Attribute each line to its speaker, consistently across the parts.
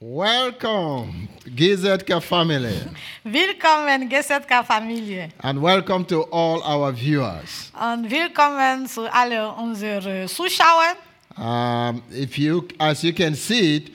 Speaker 1: Welcome, GZK family,
Speaker 2: Willkommen, GZK-Familie.
Speaker 1: and welcome to all our viewers.
Speaker 2: Und willkommen zu alle unsere Zuschauer.
Speaker 1: Um, if you, as you can see it,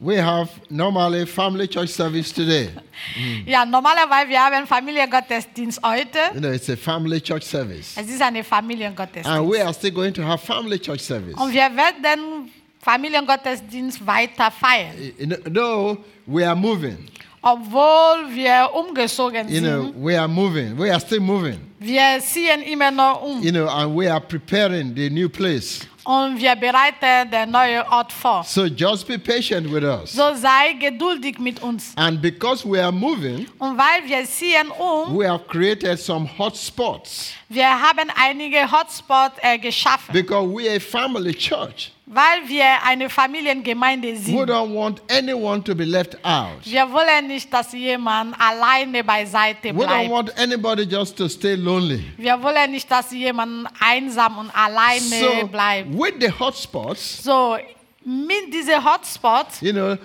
Speaker 1: we have normally family church service today. Hm.
Speaker 2: Ja, normalerweise wir haben Familiengottesdienst heute.
Speaker 1: You know, it's a family church service,
Speaker 2: Es ist eine Familiengottesdienst.
Speaker 1: and we are still going to have family church service.
Speaker 2: Und wir werden Familiengottesdienst weiter feiern,
Speaker 1: You know, Though we are moving,
Speaker 2: obwohl wir umgezogen
Speaker 1: you know,
Speaker 2: sind.
Speaker 1: we are moving, we are still moving,
Speaker 2: Wir ziehen immer noch um
Speaker 1: you know, and we are preparing the new place.
Speaker 2: und wir bereiten den neuen Ort vor.
Speaker 1: So just be patient with us.
Speaker 2: So sei geduldig mit uns.
Speaker 1: And because we are moving,
Speaker 2: Und weil wir ziehen um,
Speaker 1: we have created some hot spots
Speaker 2: wir haben einige Hotspots äh, geschaffen.
Speaker 1: because we are a family church.
Speaker 2: Weil wir eine Familiengemeinde
Speaker 1: We
Speaker 2: sind.
Speaker 1: don't want anyone to be left out.
Speaker 2: Wir wollen nicht, dass jemand alleine beiseite
Speaker 1: We don't
Speaker 2: bleibt.
Speaker 1: want anybody just to stay lonely.
Speaker 2: Wir wollen nicht, dass jemand einsam und alleine
Speaker 1: So,
Speaker 2: bleibt.
Speaker 1: with the hot spots,
Speaker 2: So, mit diesem Hotspot,
Speaker 1: you know,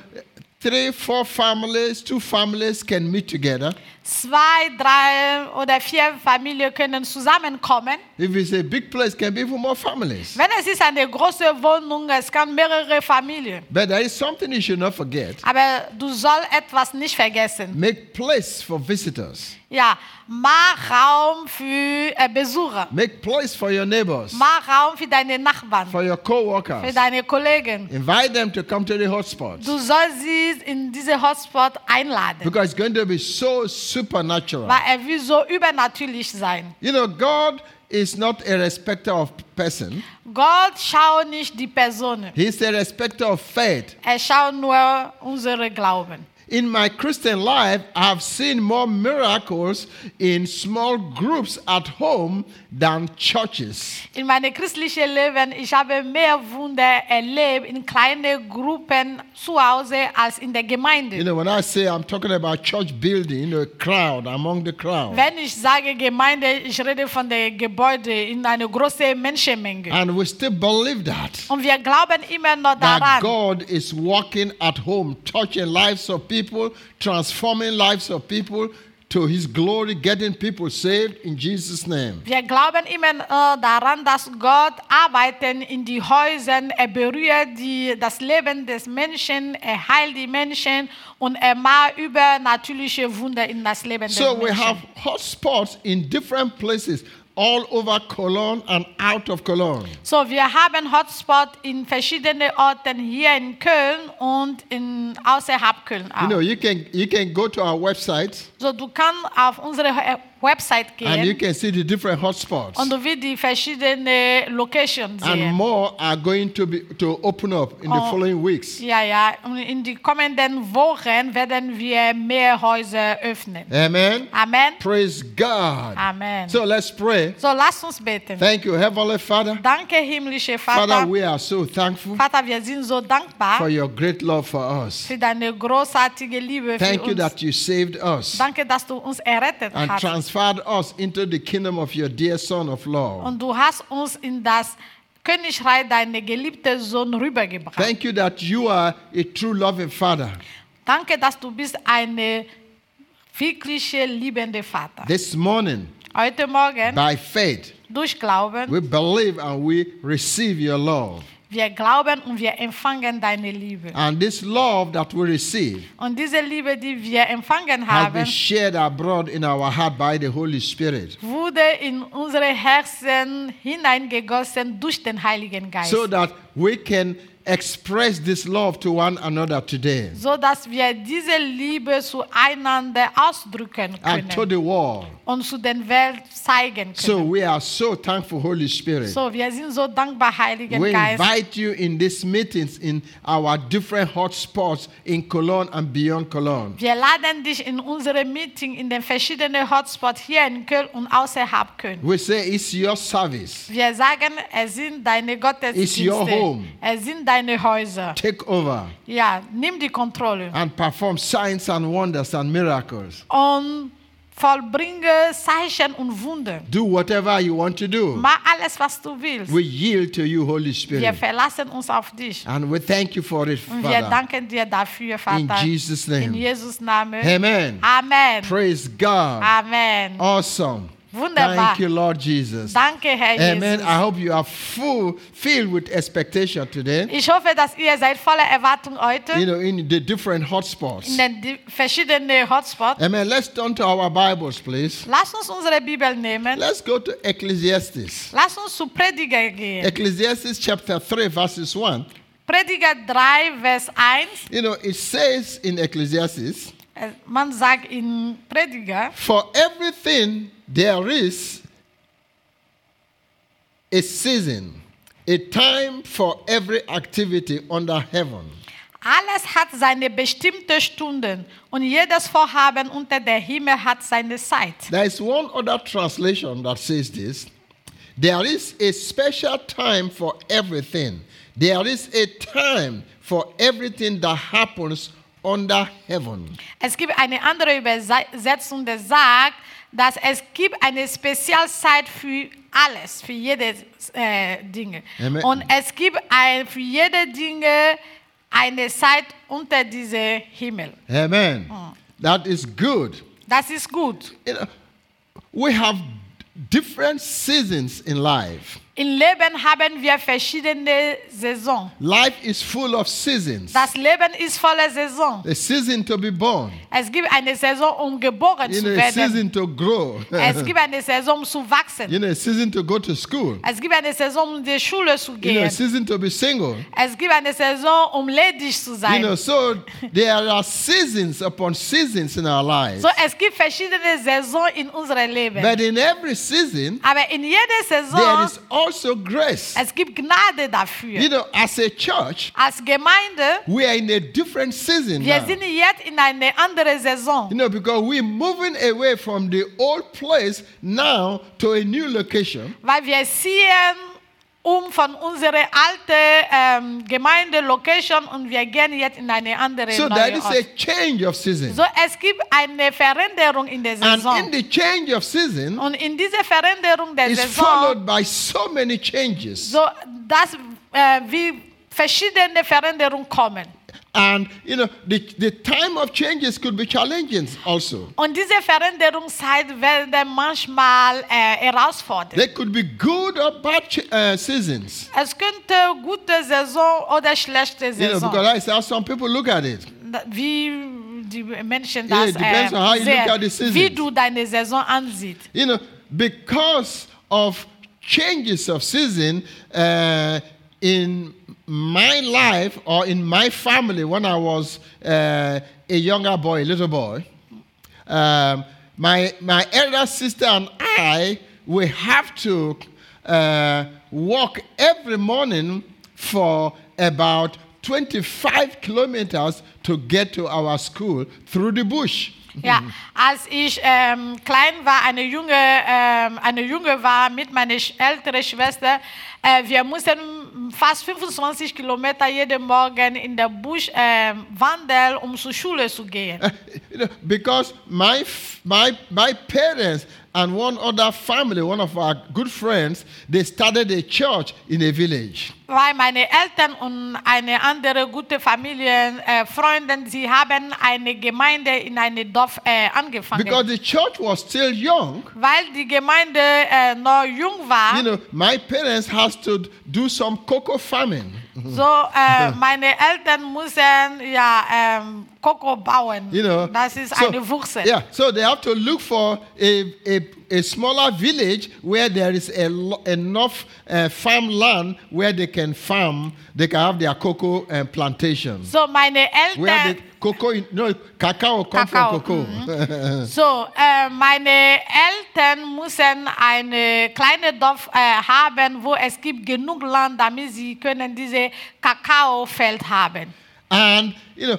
Speaker 1: three, four families, two families can meet together.
Speaker 2: zwei, drei oder vier Familien können zusammenkommen.
Speaker 1: If it's a big place, can be even more families.
Speaker 2: Wenn es ist eine große Wohnung, es kann mehrere Familien.
Speaker 1: But there is something you should not forget.
Speaker 2: Aber du sollst etwas nicht vergessen.
Speaker 1: Make place for visitors.
Speaker 2: Ja, mach Raum für äh, Besucher.
Speaker 1: Make place for your neighbors,
Speaker 2: Mach Raum für deine Nachbarn.
Speaker 1: for your
Speaker 2: für
Speaker 1: co-workers.
Speaker 2: deine Kollegen.
Speaker 1: Invite them to come to the hot spots.
Speaker 2: Du sollst sie in diese Hotspot einladen,
Speaker 1: Because it's going to be so supernatural.
Speaker 2: weil er will so übernatürlich sein.
Speaker 1: You know, God is not a respecter of person.
Speaker 2: Gott schaut nicht die Personen,
Speaker 1: He's a respecter of faith.
Speaker 2: er schaut nur unsere Glauben.
Speaker 1: In my Christian life, I've seen more miracles in small groups at home than churches.
Speaker 2: In meinem christlichen Leben, ich habe mehr Wunder erlebt in kleinen Gruppen zu Hause als in der
Speaker 1: You
Speaker 2: Gemeinde.
Speaker 1: know, when I say I'm talking about church building, you know, a crowd among the crowd.
Speaker 2: Wenn ich sage Gemeinde, ich rede von dem Gebäude in einer großen Menschenmenge.
Speaker 1: And we still believe that.
Speaker 2: Und wir glauben immer noch
Speaker 1: That
Speaker 2: daran,
Speaker 1: God is working at home, touching lives of people, transforming lives of people to His glory, getting people saved in Jesus' name.
Speaker 2: Wir glauben immer äh, daran, dass Gott arbeitet in die Häusern, er berührt die, das Leben des Menschen, er heilt die Menschen und er macht übernatürliche Wunder in das Leben
Speaker 1: So
Speaker 2: des
Speaker 1: we have
Speaker 2: Menschen.
Speaker 1: hot spots in different places all over Cologne and out of Cologne.
Speaker 2: So, wir haben Hotspot in verschiedenen Orten hier in Köln und in, außerhalb Köln
Speaker 1: You know,
Speaker 2: auch.
Speaker 1: you can you can go to our website
Speaker 2: So, du kannst auf unsere äh, Website
Speaker 1: and you
Speaker 2: gehen
Speaker 1: can see the different hot spots.
Speaker 2: und du wirst die verschiedenen Locations
Speaker 1: And
Speaker 2: sehen.
Speaker 1: more are going to be to open up in the
Speaker 2: Oh.
Speaker 1: following weeks.
Speaker 2: Ja, ja, und in die kommenden Wochen werden wir mehr Häuser öffnen.
Speaker 1: Amen.
Speaker 2: Amen.
Speaker 1: Praise God.
Speaker 2: Amen. So,
Speaker 1: So let's pray.
Speaker 2: lasst uns beten.
Speaker 1: Thank you, Heavenly Father.
Speaker 2: Danke, himmlische Vater.
Speaker 1: Father, we are so thankful
Speaker 2: Vater, wir sind so
Speaker 1: for
Speaker 2: dankbar
Speaker 1: your great love for us.
Speaker 2: für deine großartige Liebe für
Speaker 1: Thank you
Speaker 2: uns.
Speaker 1: that you saved us
Speaker 2: Danke, dass du uns errettet
Speaker 1: and
Speaker 2: hast.
Speaker 1: transferred us into the kingdom of your dear Son of love.
Speaker 2: Und du hast uns in das Königreich deiner geliebten Sohn rübergebracht.
Speaker 1: Thank you that you are a true loving father.
Speaker 2: Danke, dass du bist eine wirkliche, liebende Vater.
Speaker 1: This morning,
Speaker 2: Heute Morgen,
Speaker 1: by faith,
Speaker 2: durch Glauben,
Speaker 1: we believe and we receive your love.
Speaker 2: Wir glauben und wir empfangen deine Liebe.
Speaker 1: And this love that we receive
Speaker 2: Und diese Liebe, die wir empfangen
Speaker 1: has been
Speaker 2: haben,
Speaker 1: shared abroad in our heart by the Holy Spirit
Speaker 2: wurde in unsere Herzen hineingegossen durch den Heiligen Geist,
Speaker 1: so that we can express this love to one another today
Speaker 2: so dass wir diese Liebe zueinander ausdrücken
Speaker 1: and to
Speaker 2: können
Speaker 1: the world.
Speaker 2: und zu den Welt
Speaker 1: Ah,
Speaker 2: zeigen
Speaker 1: So
Speaker 2: können.
Speaker 1: we are so thankful, Holy Spirit.
Speaker 2: So, wir sind so dankbar, Heiligen
Speaker 1: We
Speaker 2: Geist.
Speaker 1: invite you in these meetings in our different hot spots in Cologne and beyond Cologne.
Speaker 2: Wir laden dich in unsere Meeting in den verschiedenen Hotspots hier in Köln und außerhalb Köln.
Speaker 1: We say it's your service.
Speaker 2: Wir sagen, es sind deine
Speaker 1: It's your
Speaker 2: Gottesdienste,
Speaker 1: home.
Speaker 2: es sind deine Häuser.
Speaker 1: Take over
Speaker 2: Ja, nimm die Kontrolle
Speaker 1: and perform signs and wonders and miracles.
Speaker 2: und Vollbringe Zeichen und Wunder.
Speaker 1: Do whatever you want to do.
Speaker 2: Mach alles, was du willst.
Speaker 1: We yield to you, Holy
Speaker 2: Wir
Speaker 1: Spirit.
Speaker 2: verlassen uns auf dich.
Speaker 1: And we thank you for it,
Speaker 2: Und wir
Speaker 1: Father.
Speaker 2: danken dir dafür,
Speaker 1: In
Speaker 2: Vater.
Speaker 1: Jesus'
Speaker 2: In
Speaker 1: name.
Speaker 2: Jesus' Namen.
Speaker 1: Amen.
Speaker 2: Amen.
Speaker 1: Praise God.
Speaker 2: Amen.
Speaker 1: Awesome.
Speaker 2: Wunderbar.
Speaker 1: Thank you, Lord Jesus.
Speaker 2: Danke, Herr
Speaker 1: Amen.
Speaker 2: Jesus.
Speaker 1: I hope you are full, filled with expectation today.
Speaker 2: Ich hoffe, dass ihr seid voller Erwartung
Speaker 1: You
Speaker 2: heute
Speaker 1: know, in the different
Speaker 2: in
Speaker 1: hotspots.
Speaker 2: den di- verschiedenen Hotspots.
Speaker 1: Amen. Let's turn to our Bibles, please.
Speaker 2: Lass uns unsere Bibel nehmen.
Speaker 1: Let's go to Ecclesiastes.
Speaker 2: Lass uns zu Prediger gehen.
Speaker 1: Ecclesiastes chapter 3, verses 1.
Speaker 2: Prediger 3, Vers 1.
Speaker 1: You know, it says in Ecclesiastes,
Speaker 2: äh, Man sagt in Prediger,
Speaker 1: for everything there is a season, a time for every activity under heaven.
Speaker 2: Alles hat seine bestimmte Stunden und jedes Vorhaben unter der Himmel hat seine Zeit.
Speaker 1: There is one other translation that says this there is a special time for everything, there is a time for everything that happens under heaven.
Speaker 2: Es gibt eine andere Übersetzung, die sagt, dass es gibt eine Spezialzeit für alles, für jede äh, Dinge.
Speaker 1: Amen.
Speaker 2: Und es gibt ein, für jede Dinge eine Zeit unter diesem Himmel.
Speaker 1: Amen. That is good.
Speaker 2: Das ist gut.
Speaker 1: You know, we have different seasons in life.
Speaker 2: Im Leben haben wir verschiedene Saisons.
Speaker 1: Life is full of seasons.
Speaker 2: Das Leben ist voller Saison.
Speaker 1: a season to be born,
Speaker 2: Es gibt eine Saison, um geboren
Speaker 1: you
Speaker 2: zu
Speaker 1: know, a
Speaker 2: werden.
Speaker 1: season to grow,
Speaker 2: Es gibt eine Saison, um zu wachsen.
Speaker 1: you know, a season to go to school,
Speaker 2: Es gibt eine Saison, um in die Schule zu
Speaker 1: you know, a
Speaker 2: gehen.
Speaker 1: season to be single.
Speaker 2: Es gibt eine Saison, um ledig zu
Speaker 1: You know,
Speaker 2: sein.
Speaker 1: so there are seasons upon seasons in our lives.
Speaker 2: So, es gibt verschiedene Saisons in Ah unserem Leben.
Speaker 1: But in every season,
Speaker 2: Aber in jeder
Speaker 1: there
Speaker 2: Saison,
Speaker 1: is also grace.
Speaker 2: es gibt Gnade
Speaker 1: You
Speaker 2: dafür.
Speaker 1: know, as a church,
Speaker 2: Als Gemeinde,
Speaker 1: we are in a different season
Speaker 2: wir
Speaker 1: now.
Speaker 2: sind jetzt in eine andere
Speaker 1: You
Speaker 2: Saison.
Speaker 1: know, because we're moving away from the old place now to a new location.
Speaker 2: Weil wir ziehen um von unserer alten ähm, Gemeinde-Location und wir gehen jetzt in eine andere
Speaker 1: So there
Speaker 2: neue
Speaker 1: is
Speaker 2: Ort.
Speaker 1: a change of season.
Speaker 2: So, es gibt eine Veränderung in der
Speaker 1: And
Speaker 2: Saison.
Speaker 1: in the change of season,
Speaker 2: Und in dieser Veränderung der
Speaker 1: is
Speaker 2: Saison,
Speaker 1: followed by so many changes.
Speaker 2: so dass äh, wie verschiedene Veränderungen kommen.
Speaker 1: And, you know, the, the time of changes could be challenging also.
Speaker 2: Und diese Veränderungszeit werden manchmal äh, herausfordernd.
Speaker 1: There could be good or bad ch- uh, seasons.
Speaker 2: Es könnte gute Saison oder schlechte
Speaker 1: You know, because
Speaker 2: Saison,
Speaker 1: that's how some people look at it.
Speaker 2: wie die Menschen
Speaker 1: Yeah,
Speaker 2: das
Speaker 1: it depends on how you look at
Speaker 2: äh,
Speaker 1: the seasons.
Speaker 2: sehen, wie du deine Saison ansiehst.
Speaker 1: You know, because of changes of season uh, in my life or in my family when I was uh, a younger boy, a little boy, um, my, my elder sister and I, we have to uh, walk every morning for about 25 kilometers to get to our school through the bush.
Speaker 2: Ja, als ich ähm, klein war, eine junge, ähm, eine junge war mit meiner Sch älteren Schwester, äh, wir mussten fast 25 Kilometer jeden Morgen in der Busch ähm, wandeln, um zur Schule zu gehen.
Speaker 1: You know, because my, f- my, my parents and one other family, one of our good friends, they started a church in a village.
Speaker 2: Weil meine Eltern und eine andere gute Familie, äh, Freundin, sie haben eine Gemeinde in einem Dorf äh, angefangen.
Speaker 1: Because the church was still young,
Speaker 2: Weil die Gemeinde äh, noch jung war,
Speaker 1: you know, my parents has to do some cocoa farming.
Speaker 2: So, äh, meine Eltern mussten ja ähm, Koko bauen.
Speaker 1: You know,
Speaker 2: das ist
Speaker 1: so-
Speaker 2: eine Wurzel.
Speaker 1: Yeah, so they have to look for a, a, a smaller village where there is a, lo- enough uh, farmland where they can farm, they can have their cocoa uh, plantation.
Speaker 2: So, meine
Speaker 1: Where
Speaker 2: Eltern,
Speaker 1: the cocoa, you know, cacao come
Speaker 2: Cacao,
Speaker 1: from cocoa.
Speaker 2: so, äh, meine Eltern mussten ein kleines Dorf äh, haben, wo es gibt genug Land, damit sie können diese Kakaofeld haben.
Speaker 1: and, you know,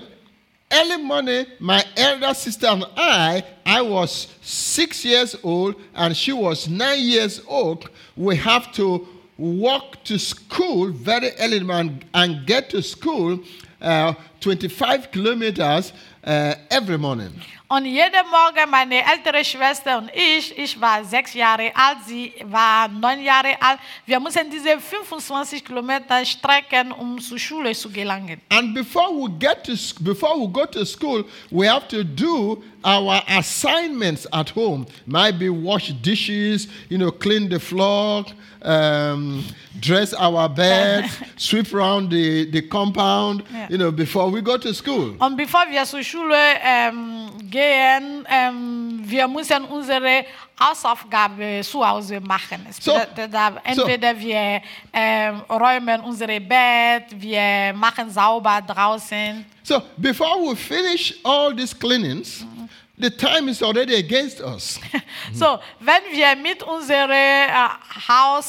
Speaker 1: early morning, my elder sister and I, I was six years old and she was nine years old. We have to walk to school very early and, and get to school uh, 25 kilometers uh, every morning.
Speaker 2: Und jeden Morgen meine ältere Schwester und ich, ich war sechs Jahre alt, sie war neun Jahre alt, wir mussten diese 25 Kilometer strecken, um zur Schule zu gelangen.
Speaker 1: And before we get to sc- before we go to school, we have to do our assignments at home. Might be wash dishes, you know, clean the floor, um, dress our bed, sweep around the, the compound,
Speaker 2: Yeah.
Speaker 1: you know, before we go to school.
Speaker 2: Und bevor wir zur Schule ähm, gehen, ähm, wir müssen unsere Hausaufgabe zu Hause machen. Es
Speaker 1: So,
Speaker 2: bedeutet, da-
Speaker 1: so.
Speaker 2: entweder wir ähm, räumen unsere Bett, wir machen sauber draußen.
Speaker 1: So before we finish all these cleanings, the time is already against us.
Speaker 2: So, wenn wir mit unserer äh,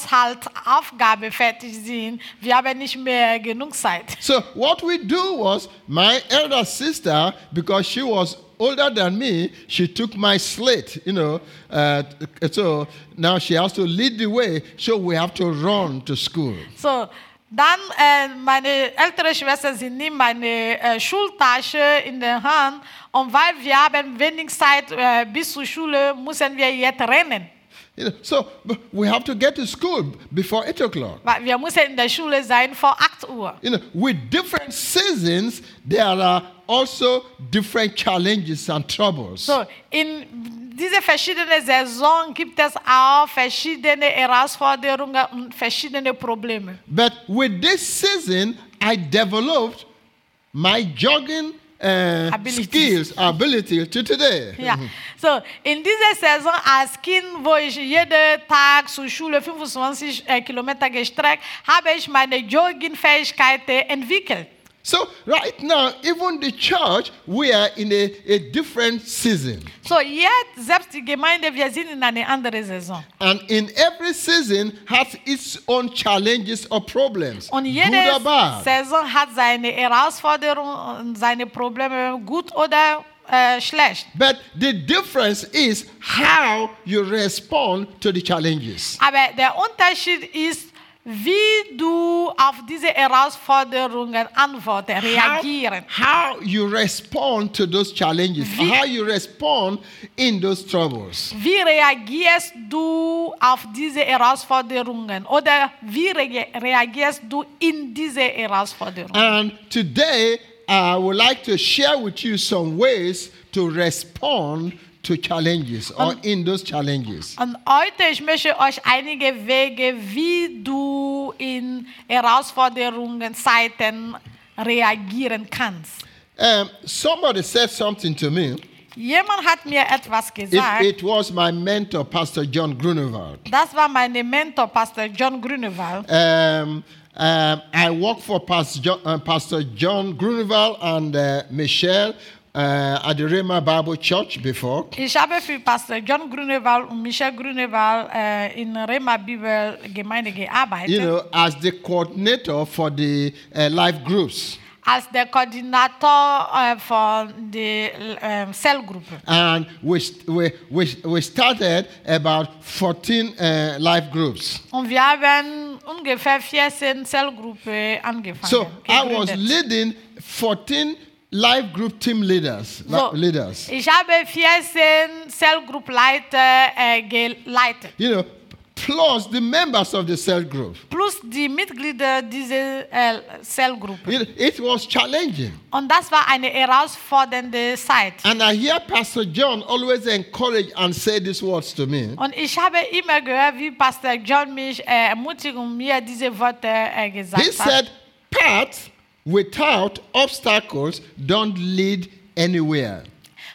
Speaker 2: Haushaltsaufgabe fertig sind, wir haben nicht mehr genug Zeit.
Speaker 1: So what we do was my elder sister, because she was older than me, she took my slate, you know. Uh, so now she has to lead the way, so we have to run to school.
Speaker 2: So, dann äh, meine ältere Schwester, sie nimmt meine äh, Schultasche in den Hand und weil wir haben wenig Zeit äh, bis zur Schule, müssen wir jetzt rennen.
Speaker 1: You know, so b- we have to get to school before eight o'clock.
Speaker 2: Weil wir müssen in der Schule sein vor 8 Uhr.
Speaker 1: You know, with different seasons, there are also different challenges and troubles.
Speaker 2: So, in diese verschiedenen Saison gibt es auch verschiedene Herausforderungen und verschiedene Probleme.
Speaker 1: But with this season, I developed my jogging uh,
Speaker 2: Ability.
Speaker 1: skills, ability to today. Mm-hmm.
Speaker 2: Ja. So, in dieser Saison als Kind, wo ich jeden Tag zur Schule 25 äh, Kilometer gestreckt, habe ich meine Jogging-Fähigkeiten entwickelt.
Speaker 1: So right now, even the church, we are in a, a different season.
Speaker 2: So, jetzt, selbst die Gemeinde, wir sind in einer anderen Saison.
Speaker 1: And in every season has its own challenges or problems.
Speaker 2: Und
Speaker 1: good
Speaker 2: jede
Speaker 1: or bad.
Speaker 2: Saison hat seine Herausforderungen und seine Probleme, gut oder äh, schlecht.
Speaker 1: But the difference is how you respond to the challenges.
Speaker 2: Aber der Unterschied ist, wie du auf diese Herausforderungen antwortest,
Speaker 1: How,
Speaker 2: reagieren.
Speaker 1: how you respond to those challenges,
Speaker 2: Wie-
Speaker 1: how you respond in those troubles.
Speaker 2: Wie reagierst du auf diese Herausforderungen? Oder wie re reagierst du in diese Herausforderungen?
Speaker 1: And today, I would like to share with you some ways to respond to challenges or in those challenges.
Speaker 2: Und heute, ich möchte euch einige Wege, wie du in Herausforderungen, Zeiten reagieren kannst.
Speaker 1: Um, somebody said something to me.
Speaker 2: Jemand hat mir etwas gesagt.
Speaker 1: It, it was my mentor, Pastor John Grunewald.
Speaker 2: das war mein Mentor, Pastor John Grünewald.
Speaker 1: Um, um, I work for Pastor John, uh, Pastor John Grunewald and uh, Michelle uh, at the Rema Bible Church before.
Speaker 2: Ich habe für Pastor John Grünewald und Michelle Grünewald äh, in Rema Bibel Gemeinde gearbeitet.
Speaker 1: You know, as the coordinator for the uh, life groups.
Speaker 2: als der Koordinator äh, von der ähm, Zellgruppe.
Speaker 1: and we, st- we, we, we started about 14 uh, life groups.
Speaker 2: Und wir haben ungefähr 14 Zellgruppen angefangen.
Speaker 1: So I was
Speaker 2: gegründet.
Speaker 1: leading 14 life group team leaders. li-
Speaker 2: So,
Speaker 1: leaders.
Speaker 2: Ich habe 14 Zellgruppenleiter äh, geleitet.
Speaker 1: You know, plus the members of the cell group.
Speaker 2: Plus die Mitglieder dieser äh, Zellgruppe.
Speaker 1: You know, it was challenging.
Speaker 2: Und das war eine herausfordernde Zeit.
Speaker 1: And I hear Pastor John always encourage and say these words to me.
Speaker 2: Und ich habe immer gehört, wie Pastor John mich äh, ermutigt und mir diese Worte äh, gesagt
Speaker 1: He
Speaker 2: hat.
Speaker 1: said, paths without obstacles don't lead anywhere.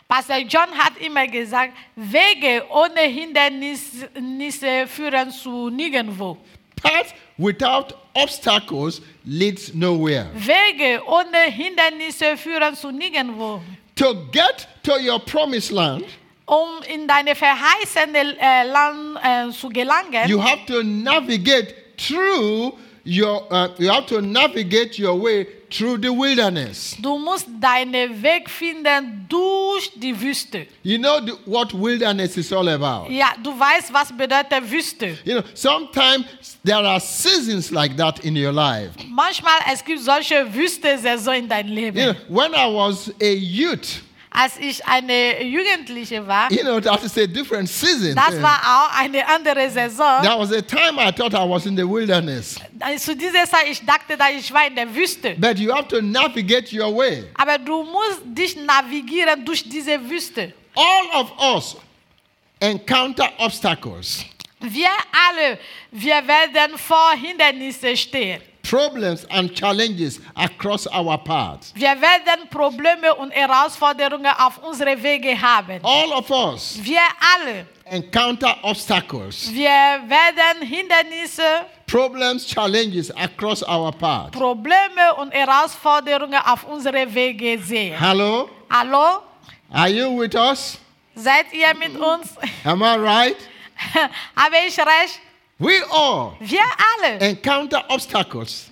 Speaker 2: Pastor John hat immer gesagt, Wege ohne Hindernisse führen zu nirgendwo.
Speaker 1: Paths without obstacles leads nowhere.
Speaker 2: Wege ohne Hindernisse führen zu nirgendwo.
Speaker 1: to get to your promised land,
Speaker 2: Um in deine verheißene äh, Land äh, zu gelangen,
Speaker 1: you have to navigate through your uh, you have to navigate your way through the wilderness.
Speaker 2: du musst deinen Weg finden durch die Wüste.
Speaker 1: You know the, what wilderness is all about.
Speaker 2: Ja, du weißt, was bedeutet Wüste.
Speaker 1: You know, sometimes there are seasons like that in your life.
Speaker 2: Manchmal es gibt solche Wüste-Saison in deinem Leben.
Speaker 1: You know, when I was a youth,
Speaker 2: als ich eine Jugendliche war.
Speaker 1: You know, that is a different season.
Speaker 2: Das war auch eine andere Saison.
Speaker 1: There was a time I thought I was in the wilderness.
Speaker 2: Zu dieser Zeit, Also ich dachte, dass ich war in der Wüste.
Speaker 1: But you have to navigate your way.
Speaker 2: Aber du musst dich navigieren durch diese Wüste.
Speaker 1: All of us encounter obstacles,
Speaker 2: Wir alle, wir werden vor Hindernissen stehen.
Speaker 1: problems, and challenges across our path.
Speaker 2: Wir werden Probleme und Herausforderungen auf unsere Wege haben.
Speaker 1: All of us
Speaker 2: Wir alle,
Speaker 1: encounter obstacles,
Speaker 2: wir werden Hindernisse,
Speaker 1: problems, challenges across our path.
Speaker 2: Probleme und Herausforderungen auf unsere Wege sehen.
Speaker 1: Hello?
Speaker 2: Hallo?
Speaker 1: Are you with us?
Speaker 2: Seid ihr mit uns?
Speaker 1: Am I right?
Speaker 2: Habe ich recht?
Speaker 1: We all
Speaker 2: Wir alle.
Speaker 1: encounter obstacles,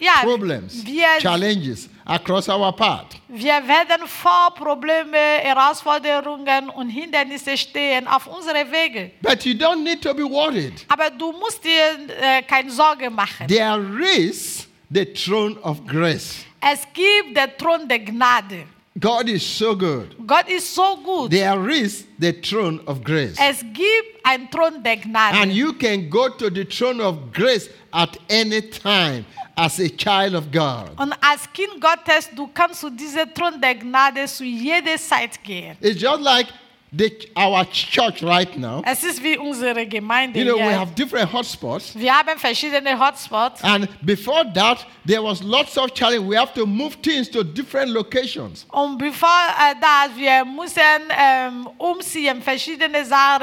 Speaker 2: Ja,
Speaker 1: problems,
Speaker 2: wir,
Speaker 1: challenges across our path.
Speaker 2: wir werden vor Probleme, Herausforderungen und Hindernisse stehen auf unsere Wege.
Speaker 1: But you don't need to be worried.
Speaker 2: Aber du musst dir äh, keine Sorge machen.
Speaker 1: There is the throne of grace.
Speaker 2: Es gibt den Thron der Gnade.
Speaker 1: God is so good.
Speaker 2: Gott ist so gut.
Speaker 1: There is the throne of grace.
Speaker 2: Es gibt einen Thron der
Speaker 1: And
Speaker 2: Gnade.
Speaker 1: you can go to the throne of grace at any time as a child of God.
Speaker 2: Und als Kind Gottes, du kannst zu diesem Thron der Gnade zu jeder Zeit gehen.
Speaker 1: It's just like the, our church right now.
Speaker 2: Es ist wie unsere Gemeinde
Speaker 1: You know, we
Speaker 2: hier.
Speaker 1: have different hotspots.
Speaker 2: Wir haben verschiedene Hotspots.
Speaker 1: And before that, there was lots of challenge. We have to move things to different locations.
Speaker 2: Und bevor äh, das, wir müssen ähm, umziehen, verschiedene Sachen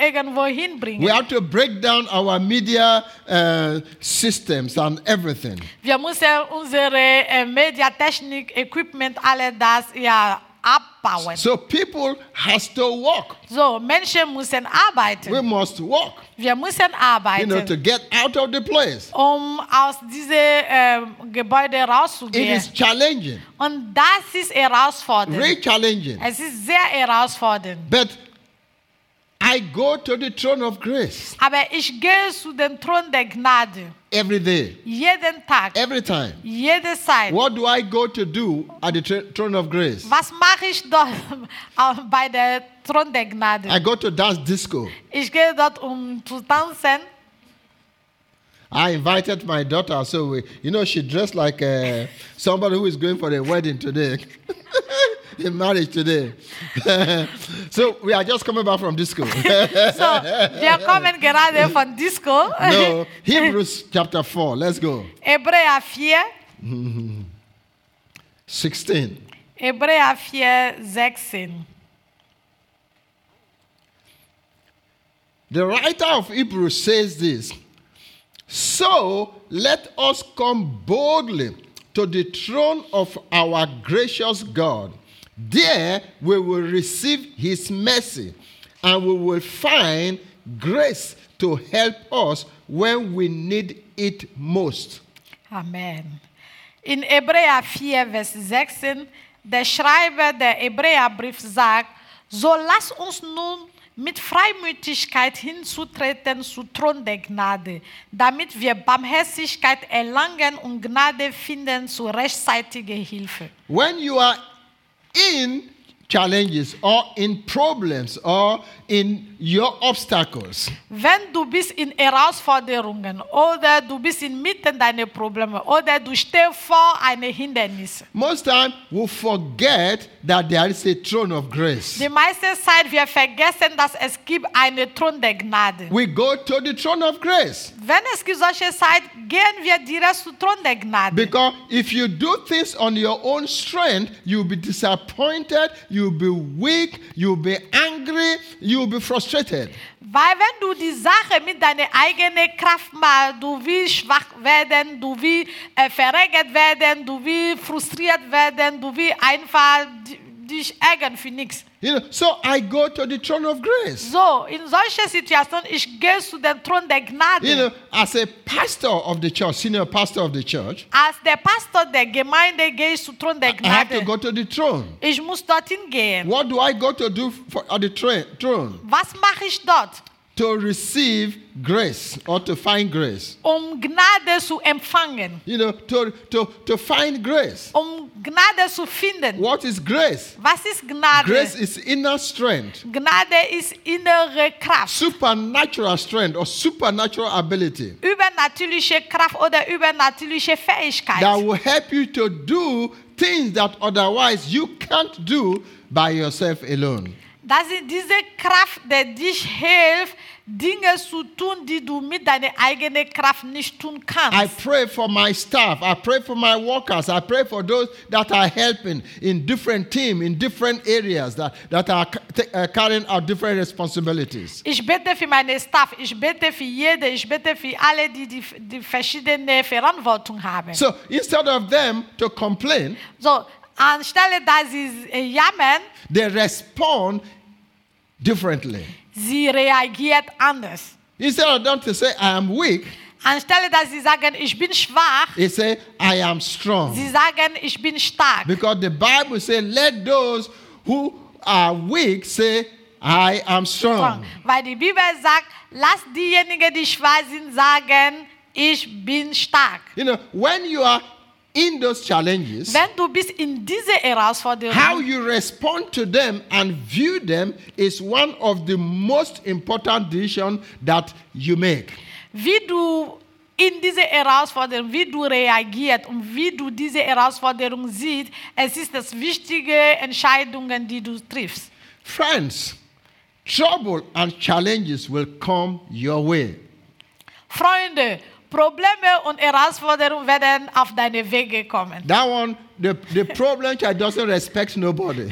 Speaker 2: irgendwo
Speaker 1: We
Speaker 2: hinbringen.
Speaker 1: have to break down our media uh, systems and everything.
Speaker 2: Wir müssen unsere äh, Mediatechnik, Equipment, alle das ja abbauen.
Speaker 1: So people has to walk.
Speaker 2: So, Menschen müssen
Speaker 1: We
Speaker 2: arbeiten.
Speaker 1: must walk,
Speaker 2: Wir müssen
Speaker 1: you know, to
Speaker 2: arbeiten,
Speaker 1: get out of the place.
Speaker 2: um aus diesem ähm, Gebäude
Speaker 1: It is
Speaker 2: rauszugehen.
Speaker 1: challenging,
Speaker 2: Und das ist herausfordernd.
Speaker 1: very challenging.
Speaker 2: Es ist sehr herausfordernd.
Speaker 1: But I go to the throne of grace
Speaker 2: Aber ich gehe zu dem Thron der Gnade.
Speaker 1: every day,
Speaker 2: Jeden Tag,
Speaker 1: every time.
Speaker 2: jede Zeit.
Speaker 1: What do I go to do at the thr- throne of grace?
Speaker 2: Was mache ich dort auf- bei der Thron der Gnade?
Speaker 1: I go to dance disco.
Speaker 2: Ich gehe dort, um zu tanzen.
Speaker 1: I invited my daughter, so we, you know, she dressed like uh, somebody who is going for a wedding today, a marriage today. so we are just coming back from disco.
Speaker 2: So, wir kommen gerade von Disco.
Speaker 1: no, Hebrews chapter 4, let's go.
Speaker 2: Hebräer 4,
Speaker 1: 16.
Speaker 2: Hebräer 4, 16.
Speaker 1: The writer of Hebrews says this So let us come boldly to the throne of our gracious God. There we will receive his mercy and we will find grace to help us when we need it most.
Speaker 2: Amen. In Hebräer 4, Vers 16, der Schreiber der Hebräerbrief sagt, so lasst uns nun mit Freimütigkeit hinzutreten zu Thron der Gnade, damit wir Barmherzigkeit erlangen und Gnade finden zu rechtzeitiger Hilfe.
Speaker 1: When you are in challenges or in problems or in your obstacles,
Speaker 2: Wenn du bist in Herausforderungen oder du bist inmitten deiner Probleme oder du stehst vor einem Hindernis,
Speaker 1: Most time we forget that there is a throne of grace.
Speaker 2: Die meiste Zeit wir vergessen, dass es gibt einen Thron der Gnade.
Speaker 1: We go to the throne of grace
Speaker 2: Wenn es gibt solche Zeit, gehen wir direkt zum Thron der Gnade.
Speaker 1: because if you do things on your own strength, you'll be disappointed, you'll be weak, you'll be angry, you'll be frustrated.
Speaker 2: Weil wenn du die Sache mit deiner eigenen Kraft machst, du willst schwach werden, du willst äh, verärgert werden, du willst frustriert werden, du willst einfach di- dich ärgern für nichts.
Speaker 1: You know, so I go to the throne of grace.
Speaker 2: So, in solchen Situationen, ich gehe zu dem Thron der Gnade.
Speaker 1: You know, as a pastor of the church, senior pastor of the church,
Speaker 2: Als der Pastor der Gemeinde gehe ich zum Thron der
Speaker 1: I have to
Speaker 2: Gnade.
Speaker 1: go to the throne.
Speaker 2: Ich muss dorthin gehen.
Speaker 1: What do I go to do for, at the tra- throne?
Speaker 2: Was mache ich dort?
Speaker 1: to receive grace or to find grace.
Speaker 2: um Gnade zu empfangen,
Speaker 1: You know, to, to, to find grace.
Speaker 2: um Gnade zu finden.
Speaker 1: What is grace?
Speaker 2: Was ist Gnade?
Speaker 1: Grace is inner strength,
Speaker 2: Gnade ist innere Kraft,
Speaker 1: supernatural strength, or supernatural ability
Speaker 2: übernatürliche Kraft oder übernatürliche
Speaker 1: that
Speaker 2: Fähigkeit,
Speaker 1: will help you to do things that otherwise you can't do by yourself alone.
Speaker 2: dass sie diese Kraft, die dich hilft, Dinge zu tun, die du mit deiner eigenen Kraft nicht tun
Speaker 1: I
Speaker 2: kannst.
Speaker 1: pray for my staff. I pray for my workers. I pray for those that are helping in different team, in different areas that, that are ca- ta- uh, carrying out different responsibilities.
Speaker 2: Ich bete für meine Staff, ich bete für jede, ich bete für alle, die die, die verschiedene Verantwortung haben.
Speaker 1: So instead of them to complain,
Speaker 2: So, anstelle, dass sie äh, jammern,
Speaker 1: they respond differently.
Speaker 2: sie reagiert anders.
Speaker 1: Instead of them to say, I am weak,
Speaker 2: Anstelle, dass sie sagen, ich bin schwach,
Speaker 1: they say, I am strong.
Speaker 2: sie sagen, ich bin stark.
Speaker 1: Because the Bible says, let those who are weak say, I am strong.
Speaker 2: Weil die Bibel sagt, lass diejenigen, die schwach sind, sagen, ich bin stark.
Speaker 1: You know, when you are in those challenges,
Speaker 2: Wenn du bist in diese Herausforderung,
Speaker 1: How you respond to them and view them is one of the most important decisions that you make.
Speaker 2: wie du in diese Herausforderung, wie du reagierst und wie du diese Herausforderung siehst, es ist das wichtige Entscheidungen, die du triffst.
Speaker 1: Friends, trouble and challenges will come your way.
Speaker 2: Freunde, Probleme und Herausforderungen werden auf deine Wege kommen.
Speaker 1: That one, the, the problem child doesn't respect nobody.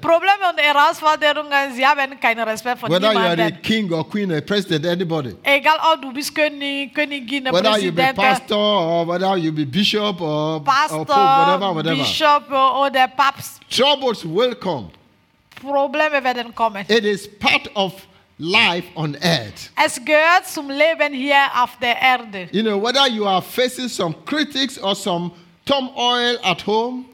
Speaker 2: Probleme und Herausforderungen, sie haben keinen Respekt von
Speaker 1: Whether you are a
Speaker 2: niemandem.
Speaker 1: king or queen or president, anybody.
Speaker 2: Egal ob du bist König, Königin,
Speaker 1: Whether you be
Speaker 2: Präsident, äh,
Speaker 1: pastor or whether you be bishop or, or pope, whatever,
Speaker 2: Pastor,
Speaker 1: whatever.
Speaker 2: Bischof oder Papst,
Speaker 1: Troubles will come.
Speaker 2: Probleme werden kommen.
Speaker 1: It is part of life on earth.
Speaker 2: Es gehört zum Leben hier auf der Erde.
Speaker 1: You know, whether you are facing some critics or some turmoil at home,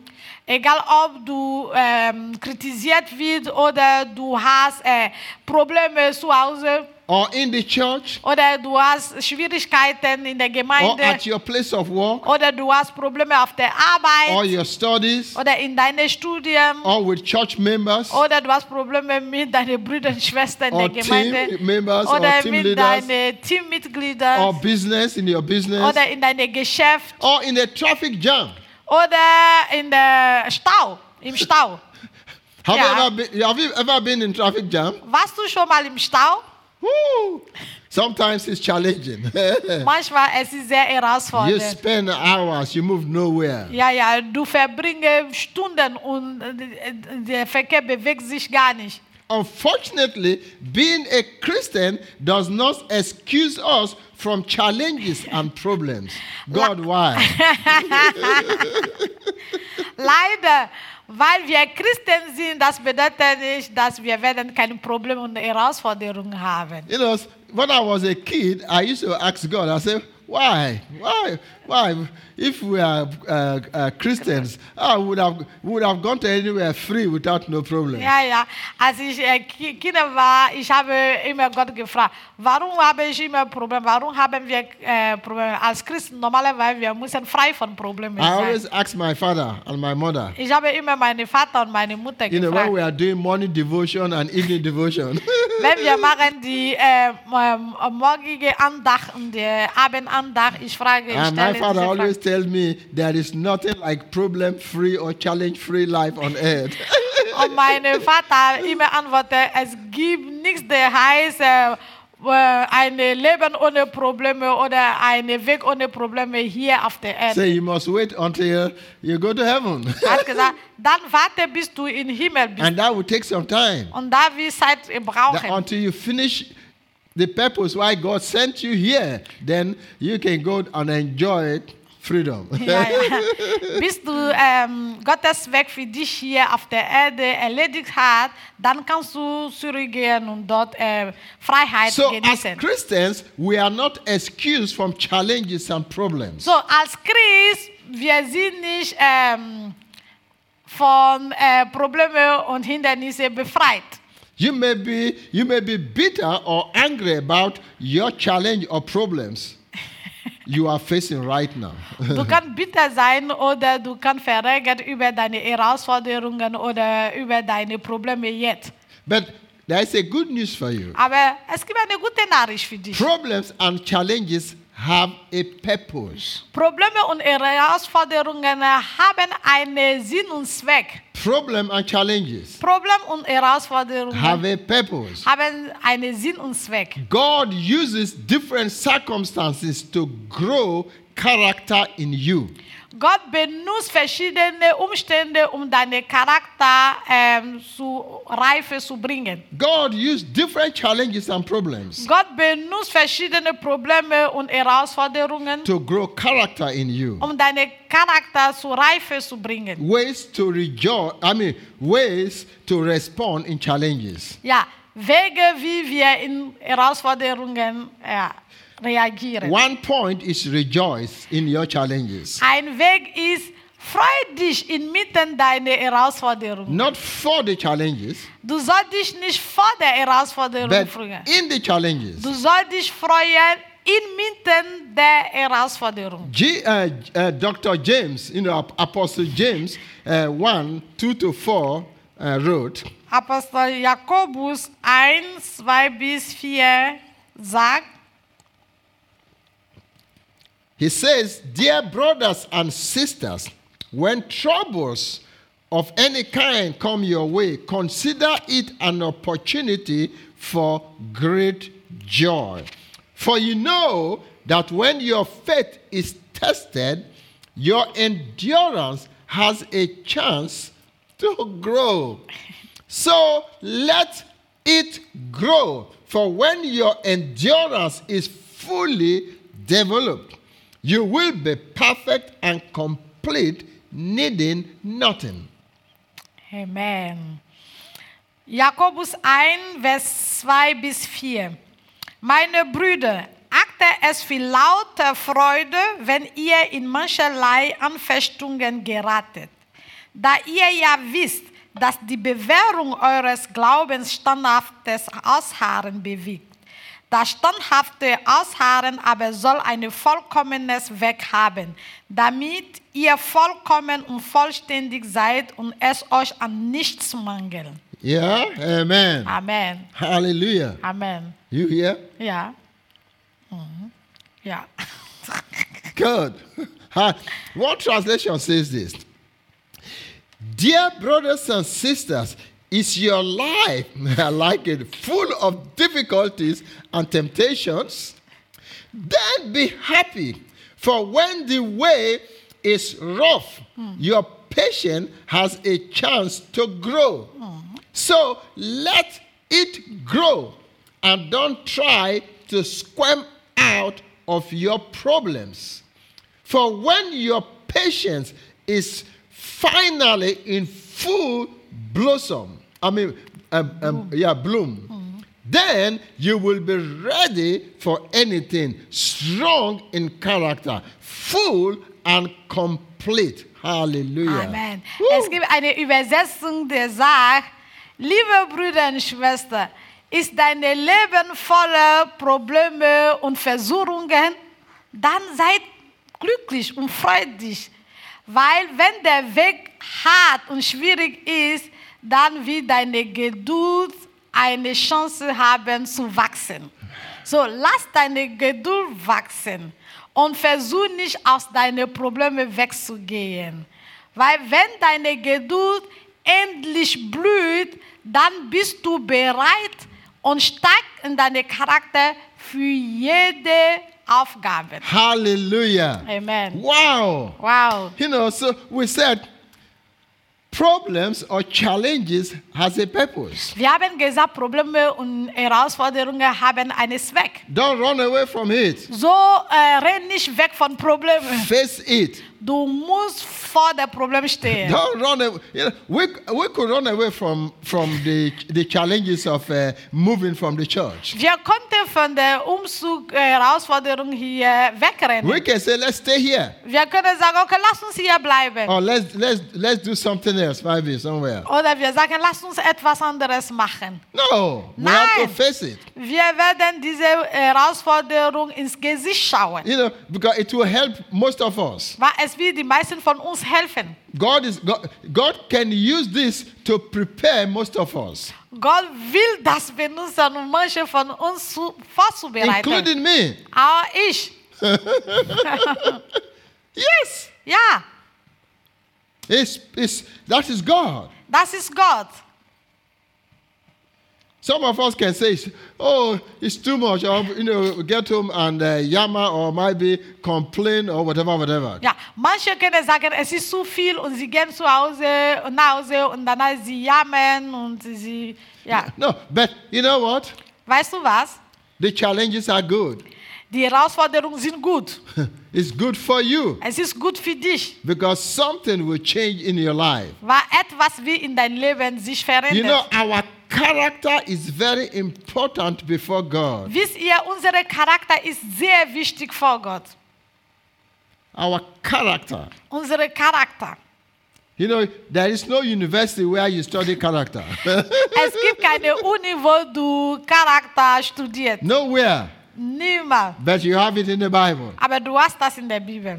Speaker 2: Egal ob du ähm, kritisiert wirst oder du hast äh, Probleme zu Hause
Speaker 1: or in the church,
Speaker 2: oder du hast Schwierigkeiten in der
Speaker 1: or
Speaker 2: Gemeinde
Speaker 1: Oh, at your place of work,
Speaker 2: oder du hast Probleme auf der
Speaker 1: or
Speaker 2: Arbeit
Speaker 1: your studies,
Speaker 2: oder in deinen Studien
Speaker 1: or with church members,
Speaker 2: oder du hast Probleme mit deinen Brüdern und Schwestern in der
Speaker 1: or
Speaker 2: Gemeinde
Speaker 1: team members, or
Speaker 2: oder
Speaker 1: team
Speaker 2: mit
Speaker 1: leaders,
Speaker 2: deinen
Speaker 1: or
Speaker 2: Teammitgliedern
Speaker 1: business in your business,
Speaker 2: oder in deinem Geschäft
Speaker 1: or in a traffic jam.
Speaker 2: oder in der Stau, im Stau.
Speaker 1: Have,
Speaker 2: Yeah.
Speaker 1: you ever been, have you ever been in traffic jam?
Speaker 2: Warst du schon mal im Stau?
Speaker 1: Woo! Sometimes it's challenging.
Speaker 2: Manchmal es ist sehr
Speaker 1: you
Speaker 2: herausfordernd.
Speaker 1: spend hours, you move nowhere.
Speaker 2: Ja, ja, du verbringst Stunden und äh, äh, der Verkehr bewegt sich gar nicht.
Speaker 1: Unfortunately, being a Christian does not excuse us from challenges and problems. God, why?
Speaker 2: Leider, weil wir Christen sind, das bedeutet nicht, dass wir werden keine Probleme und Herausforderungen haben.
Speaker 1: You know, when I was a kid, I used to ask God, I said, why? Why? Why? If we are uh, uh, Christians, I would have, would have gone to anywhere free without no problem.
Speaker 2: Ja, ja. Als ich äh, Ki- Kinder war, ich habe immer Gott gefragt, warum habe ich immer Probleme? Warum haben wir äh, Probleme? Als Christen normalerweise wir müssen frei von Problemen
Speaker 1: I
Speaker 2: sein.
Speaker 1: always ask my father and my mother,
Speaker 2: Ich habe immer meinen Vater und meine Mutter
Speaker 1: you know, when we
Speaker 2: gefragt.
Speaker 1: are doing morning devotion and evening devotion.
Speaker 2: Wenn wir machen die äh, ähm, morgige Andacht und die Abendandacht, ich frage, ich
Speaker 1: And Ah, my
Speaker 2: stelle
Speaker 1: father
Speaker 2: diese
Speaker 1: always
Speaker 2: Frage.
Speaker 1: tells me there is nothing like problem free or challenge free life on earth.
Speaker 2: Und mein Vater immer antwortet, es gibt nichts, der heißt äh, äh, ein Leben ohne Probleme oder ein Weg ohne Probleme hier auf der
Speaker 1: so
Speaker 2: Erde.
Speaker 1: you must wait until you go to heaven.
Speaker 2: Er hat gesagt, dann warte, bis du im Himmel bist.
Speaker 1: and that will take some time.
Speaker 2: Und da wir Zeit
Speaker 1: That
Speaker 2: brauchen.
Speaker 1: until you finish the purpose why God sent you here, then you can go and enjoy freedom.
Speaker 2: Ja, ja. Bis du ähm, Gottes Weg für dich hier auf der Erde erledigt hast, dann kannst du zurückgehen und dort äh, Freiheit
Speaker 1: so as
Speaker 2: genießen.
Speaker 1: Christians, we are not excused from challenges and problems.
Speaker 2: so, als Christ, wir sind nicht ähm, von äh, Problemen und Hindernissen befreit.
Speaker 1: You may be you may be bitter or angry about your challenge or problems you are facing right now.
Speaker 2: Du kannst bitter sein oder du kannst verärgert über deine Herausforderungen oder über deine Probleme jetzt.
Speaker 1: but there is a good news for you.
Speaker 2: Aber es gibt eine gute Nachricht für dich.
Speaker 1: Problems and challenges have a purpose.
Speaker 2: Probleme und Herausforderungen haben einen Sinn und Zweck.
Speaker 1: Problem and challenges
Speaker 2: Problem und Herausforderungen
Speaker 1: have a purpose.
Speaker 2: haben einen Sinn und Zweck.
Speaker 1: God uses different circumstances to grow character in you.
Speaker 2: Gott benutzt verschiedene Umstände, um deinen Charakter ähm, zu Reife zu bringen.
Speaker 1: God used different challenges and problems
Speaker 2: Gott benutzt verschiedene Probleme und Herausforderungen,
Speaker 1: to grow character in you.
Speaker 2: um deinen Charakter zur Reife zu bringen.
Speaker 1: Ways to rejoice, I mean, ways to respond in challenges.
Speaker 2: Ja, Wege, wie wir in Herausforderungen ja, reagieren.
Speaker 1: One point is rejoice in your challenges,
Speaker 2: Ein Weg ist, freu dich inmitten deiner Herausforderungen.
Speaker 1: not for the challenges,
Speaker 2: Du sollst dich nicht vor der Herausforderung
Speaker 1: but
Speaker 2: freuen.
Speaker 1: in the challenges.
Speaker 2: Du sollst dich freuen inmitten der Herausforderung.
Speaker 1: G, uh, uh, Dr. James, you know, Ap- Apostle James uh, 1, 2 to 4 uh, wrote,
Speaker 2: Apostel Jakobus 1, 2 bis 4 sagt,
Speaker 1: he says, Dear brothers and sisters, when troubles of any kind come your way, consider it an opportunity for great joy. For you know that when your faith is tested, your endurance has a chance to grow. So let it grow, for when your endurance is fully developed, you will be perfect and complete, needing nothing.
Speaker 2: Amen. Jakobus 1, Vers 2 bis 4. Meine Brüder, achtet es für lauter Freude, wenn ihr in mancherlei Anfechtungen geratet. Da ihr ja wisst, dass die Bewährung eures Glaubens standhaftes Ausharren bewegt. Das standhafte Ausharren aber soll ein vollkommenes Werk haben, damit ihr vollkommen und vollständig seid und es euch an nichts mangelt.
Speaker 1: Yeah? Amen.
Speaker 2: Amen.
Speaker 1: Hallelujah.
Speaker 2: Amen.
Speaker 1: You hear?
Speaker 2: Ja. Mhm. Ja.
Speaker 1: Good. Ha- One translation says this Dear brothers and sisters, is your life, I like it, full of difficulties and temptations? Then be happy, for when the way is rough, your patience has a chance to grow. So let it grow and don't try to squirm out of your problems. For when your patience is finally in full blossom, I mean, um, um, yeah, bloom,
Speaker 2: Mm-hmm.
Speaker 1: then you will be ready for anything, strong in character, full and complete. Hallelujah.
Speaker 2: Amen.
Speaker 1: Woo.
Speaker 2: Es gibt eine Übersetzung, die sagt, liebe Brüder und Schwestern, ist dein Leben voller Probleme und Versuchungen, dann seid glücklich und freut dich. Weil wenn der Weg hart und schwierig ist, dann wird deine Geduld eine Chance haben zu wachsen. So, lass deine Geduld wachsen und versuch nicht aus deinen Problemen wegzugehen. Weil wenn deine Geduld endlich blüht, dann bist du bereit und stark in deinem Charakter für jede Aufgabe.
Speaker 1: Hallelujah.
Speaker 2: Amen.
Speaker 1: Wow.
Speaker 2: Wow.
Speaker 1: You know, so we said problems or challenges has a purpose.
Speaker 2: Wir haben gesagt, Probleme und Herausforderungen haben einen Zweck.
Speaker 1: Don't run away from it.
Speaker 2: So äh, renn nicht weg von Problemen.
Speaker 1: Face it.
Speaker 2: Du musst vor dem Problem stehen.
Speaker 1: Don't run away. You know, we, we could run away from, from the, the challenges of uh, moving from the church.
Speaker 2: Wir konnten von der Umzug-Herausforderung hier wegrennen.
Speaker 1: We can say, let's stay here.
Speaker 2: Wir können sagen, okay, lass uns hier bleiben.
Speaker 1: Or let's, let's, let's do something else, five years somewhere.
Speaker 2: Oder wir sagen, lasst uns etwas anderes machen.
Speaker 1: No, we have to
Speaker 2: Nein.
Speaker 1: face it.
Speaker 2: Wir werden diese Herausforderung ins Gesicht schauen,
Speaker 1: You know, because it will help most of us.
Speaker 2: weil es wird die meisten von uns helfen.
Speaker 1: God is God, God can use this to prepare most of us,
Speaker 2: Gott will das benutzen, um manche von uns zu, vorzubereiten.
Speaker 1: including me.
Speaker 2: Auch ich.
Speaker 1: Yes,
Speaker 2: Ja,
Speaker 1: it's, it's, that is God.
Speaker 2: das ist Gott.
Speaker 1: Some of us can say, "Oh, it's too much," or you know, get home and uh, yammer, or maybe complain, or whatever, whatever.
Speaker 2: Ja, manche können sagen, es ist zu viel und sie gehen zu Hause und nach Hause und danach sie jammern und sie, ja.
Speaker 1: No, but you know what?
Speaker 2: Weißt du was?
Speaker 1: The challenges are good.
Speaker 2: Die Herausforderungen sind gut.
Speaker 1: it's good for you
Speaker 2: Es ist gut für dich,
Speaker 1: because something will change in your life.
Speaker 2: weil etwas wie in dein Leben sich verändert.
Speaker 1: You know, our character is very important before God.
Speaker 2: Wisst ihr, unser Charakter ist sehr wichtig vor Gott.
Speaker 1: Our character.
Speaker 2: Unser Charakter.
Speaker 1: You know, there is no university where you study character.
Speaker 2: Es gibt keine Uni, wo du Charakter studierst.
Speaker 1: Nowhere.
Speaker 2: Niemals.
Speaker 1: But you have it in the Bible.
Speaker 2: Aber du hast das in der Bibel.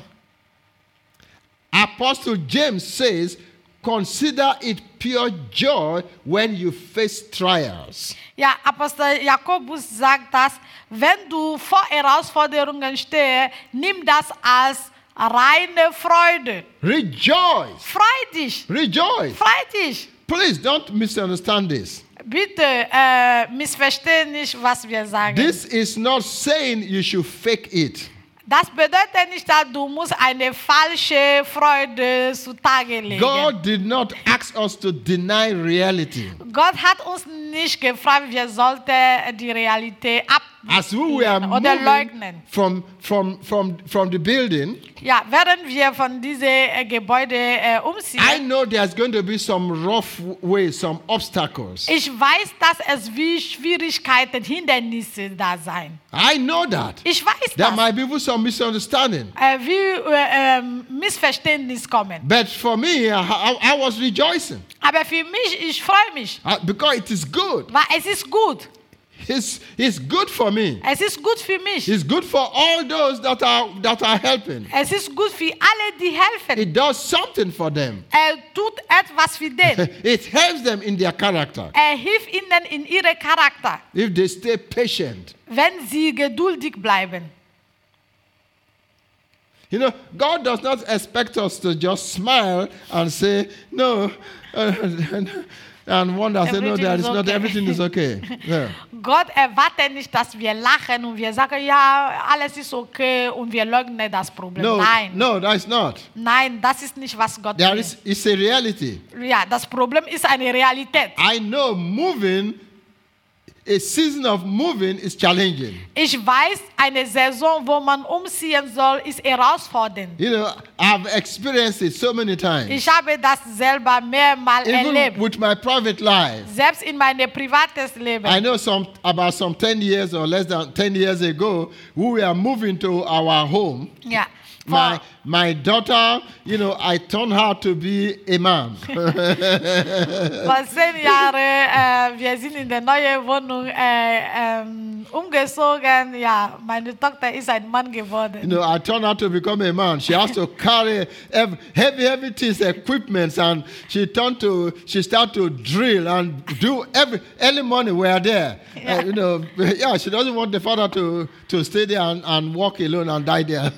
Speaker 1: Apostle James says, Consider it pure joy when you face trials.
Speaker 2: Ja, Apostel Jakobus sagt das, wenn du vor Herausforderungen stehst, nimm das als reine Freude.
Speaker 1: Rejoice.
Speaker 2: Freu dich,
Speaker 1: Rejoice.
Speaker 2: freu dich.
Speaker 1: Please don't misunderstand this.
Speaker 2: Bitte äh, missverstehe nicht, was wir sagen.
Speaker 1: This is not saying you should fake it.
Speaker 2: das bedeutet nicht, dass du musst eine falsche Freude zutage legen.
Speaker 1: God did not ask us to deny reality.
Speaker 2: Gott hat uns nicht gefragt, wir sollten die Realität ab
Speaker 1: As we were
Speaker 2: oder
Speaker 1: moving
Speaker 2: leugnen.
Speaker 1: from, from, from, from the building,
Speaker 2: Ja, während wir von diesem äh, Gebäude äh, umziehen,
Speaker 1: I know there's going to be some rough ways, some obstacles.
Speaker 2: Ich weiß, dass es wie Schwierigkeiten, Hindernisse da sein.
Speaker 1: I know that.
Speaker 2: Ich weiß
Speaker 1: There
Speaker 2: das.
Speaker 1: might be even some misunderstanding.
Speaker 2: Äh, wie äh, ähm, Missverständnis kommen.
Speaker 1: But for me, I, I- I was rejoicing
Speaker 2: Aber für mich, ich freue mich,
Speaker 1: uh, because it is good.
Speaker 2: weil es ist gut.
Speaker 1: It's, it's good for me.
Speaker 2: Es ist gut für mich.
Speaker 1: It's good for all those that are, that are helping.
Speaker 2: Es ist gut für alle, die helfen.
Speaker 1: It does something for them.
Speaker 2: Er tut etwas für den.
Speaker 1: It helps them in their character
Speaker 2: Er hilft ihnen in ihrem Charakter,
Speaker 1: if they stay patient.
Speaker 2: wenn sie geduldig bleiben.
Speaker 1: You know, God does not expect us to just smile and say, no, uh, and, and wonder, say, no,
Speaker 2: Everything
Speaker 1: there
Speaker 2: is
Speaker 1: is not,
Speaker 2: okay."
Speaker 1: everything is okay. Yeah.
Speaker 2: Gott erwartet nicht, dass wir lachen und wir sagen, ja, alles ist okay und wir leugnen das Problem.
Speaker 1: No,
Speaker 2: Nein.
Speaker 1: no, that's not.
Speaker 2: Nein, das ist nicht, was Gott
Speaker 1: There
Speaker 2: will.
Speaker 1: is, it's a reality.
Speaker 2: Ja, das Problem ist eine Realität.
Speaker 1: I know moving, a season of moving is challenging.
Speaker 2: Ich weiß, eine Saison, wo man umziehen soll, ist herausfordernd.
Speaker 1: You know, I've experienced it so many times,
Speaker 2: Ich habe das selber mehrmals
Speaker 1: even
Speaker 2: erlebt,
Speaker 1: with my private life.
Speaker 2: selbst in meinem privaten
Speaker 1: I
Speaker 2: Leben.
Speaker 1: know some about some 10 years or less than 10 years ago, we were moving to our home.
Speaker 2: Ja.
Speaker 1: My,
Speaker 2: Vor,
Speaker 1: my daughter, you know, I turned her to be a mom.
Speaker 2: vor zehn Jahren, äh, wir sind in der neue Wohnung äh, ähm, umgezogen. Ja, meine Tochter ist ein Mann
Speaker 1: you
Speaker 2: geworden.
Speaker 1: know, I turned her to become a man. She has to carry heavy, heavy, heavy things, equipments, and she turned to, she started to drill and do every, early morning we are there. Uh, you know, yeah, she doesn't want the father to, to stay there and, and walk alone and die there.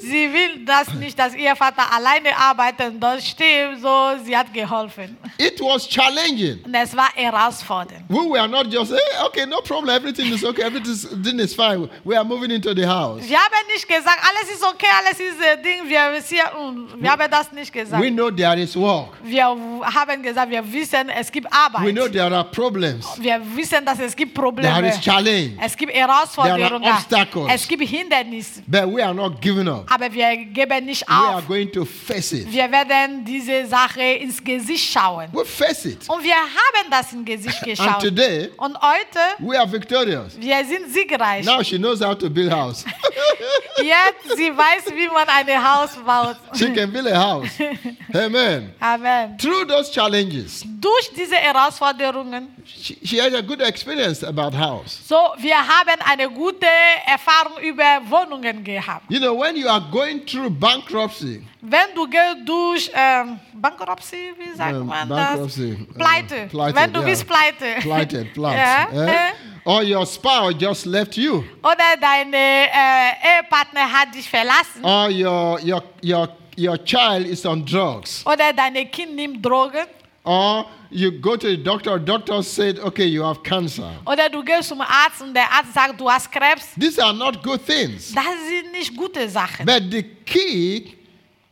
Speaker 2: Sie will das nicht, dass ihr Vater alleine arbeitet und dort steht. So, sie hat geholfen.
Speaker 1: it was challenging.
Speaker 2: Und es war herausfordernd.
Speaker 1: We were not just, hey, okay, no problem, everything is okay, everything is fine. We are moving into the house.
Speaker 2: Wir haben nicht gesagt, alles ist okay, alles ist äh, Ding, wir, wir, und wir haben das nicht gesagt.
Speaker 1: We know there is work.
Speaker 2: Wir haben gesagt, wir wissen, es gibt
Speaker 1: We know
Speaker 2: Arbeit.
Speaker 1: there are problems.
Speaker 2: Wir wissen, dass es gibt
Speaker 1: There
Speaker 2: Probleme.
Speaker 1: is challenge.
Speaker 2: Es gibt
Speaker 1: There are
Speaker 2: Herausforderungen.
Speaker 1: obstacles.
Speaker 2: Es gibt Hindernisse.
Speaker 1: But we are not giving up. up.
Speaker 2: Aber wir geben nicht
Speaker 1: We are
Speaker 2: auf.
Speaker 1: going to face it.
Speaker 2: Wir werden diese Sache ins Gesicht schauen.
Speaker 1: We face it.
Speaker 2: Und wir haben das ins Gesicht
Speaker 1: And
Speaker 2: geschaut.
Speaker 1: today,
Speaker 2: Und heute,
Speaker 1: we are victorious.
Speaker 2: wir sind siegreich.
Speaker 1: Now she knows how to build house.
Speaker 2: Jetzt, sie weiß, wie man ein Haus baut.
Speaker 1: she can build a house. Amen.
Speaker 2: Amen.
Speaker 1: Through those challenges,
Speaker 2: Durch diese Herausforderungen,
Speaker 1: she, she had a good experience about house.
Speaker 2: so, wir haben eine gute Erfahrung über Wohnungen gehabt.
Speaker 1: You know, when you are going through bankruptcy,
Speaker 2: Wenn du gehst durch ähm, Bankruptcy, wie sagt
Speaker 1: Ähm,
Speaker 2: man
Speaker 1: Bankruptcy,
Speaker 2: das? Pleite.
Speaker 1: äh, Pleite,
Speaker 2: Wenn du
Speaker 1: ja.
Speaker 2: bist pleite.
Speaker 1: plighted, plight,
Speaker 2: Ja.
Speaker 1: eh? or your spouse just left you,
Speaker 2: Oder deine äh, Ehepartner hat dich verlassen.
Speaker 1: or your, your, your, your child is on drugs,
Speaker 2: Oder deine Kind nimmt Drogen.
Speaker 1: or you go to the doctor, doctor said, okay, you have cancer.
Speaker 2: Oder du gehst zum Arzt und der Arzt sagt, du hast Krebs.
Speaker 1: These are not good things.
Speaker 2: Das sind nicht gute Sachen.
Speaker 1: But the key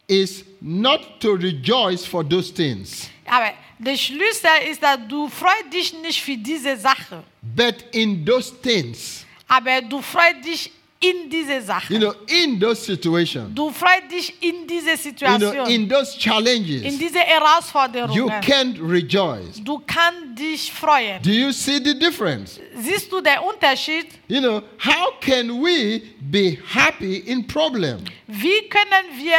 Speaker 1: is not to rejoice for those things,
Speaker 2: Aber der Schlüssel ist, dass du freust dich nicht für diese Sache.
Speaker 1: but in those things.
Speaker 2: Aber du freust dich in diese Sache.
Speaker 1: You know, in those situations,
Speaker 2: du freust dich in diese
Speaker 1: you
Speaker 2: Situation.
Speaker 1: know, in those
Speaker 2: in
Speaker 1: challenges,
Speaker 2: diese Herausforderungen.
Speaker 1: you can't rejoice.
Speaker 2: Du kannst dich freuen.
Speaker 1: Do you see the difference?
Speaker 2: Siehst du den Unterschied?
Speaker 1: You know, how can we be happy in problem?
Speaker 2: Wie können wir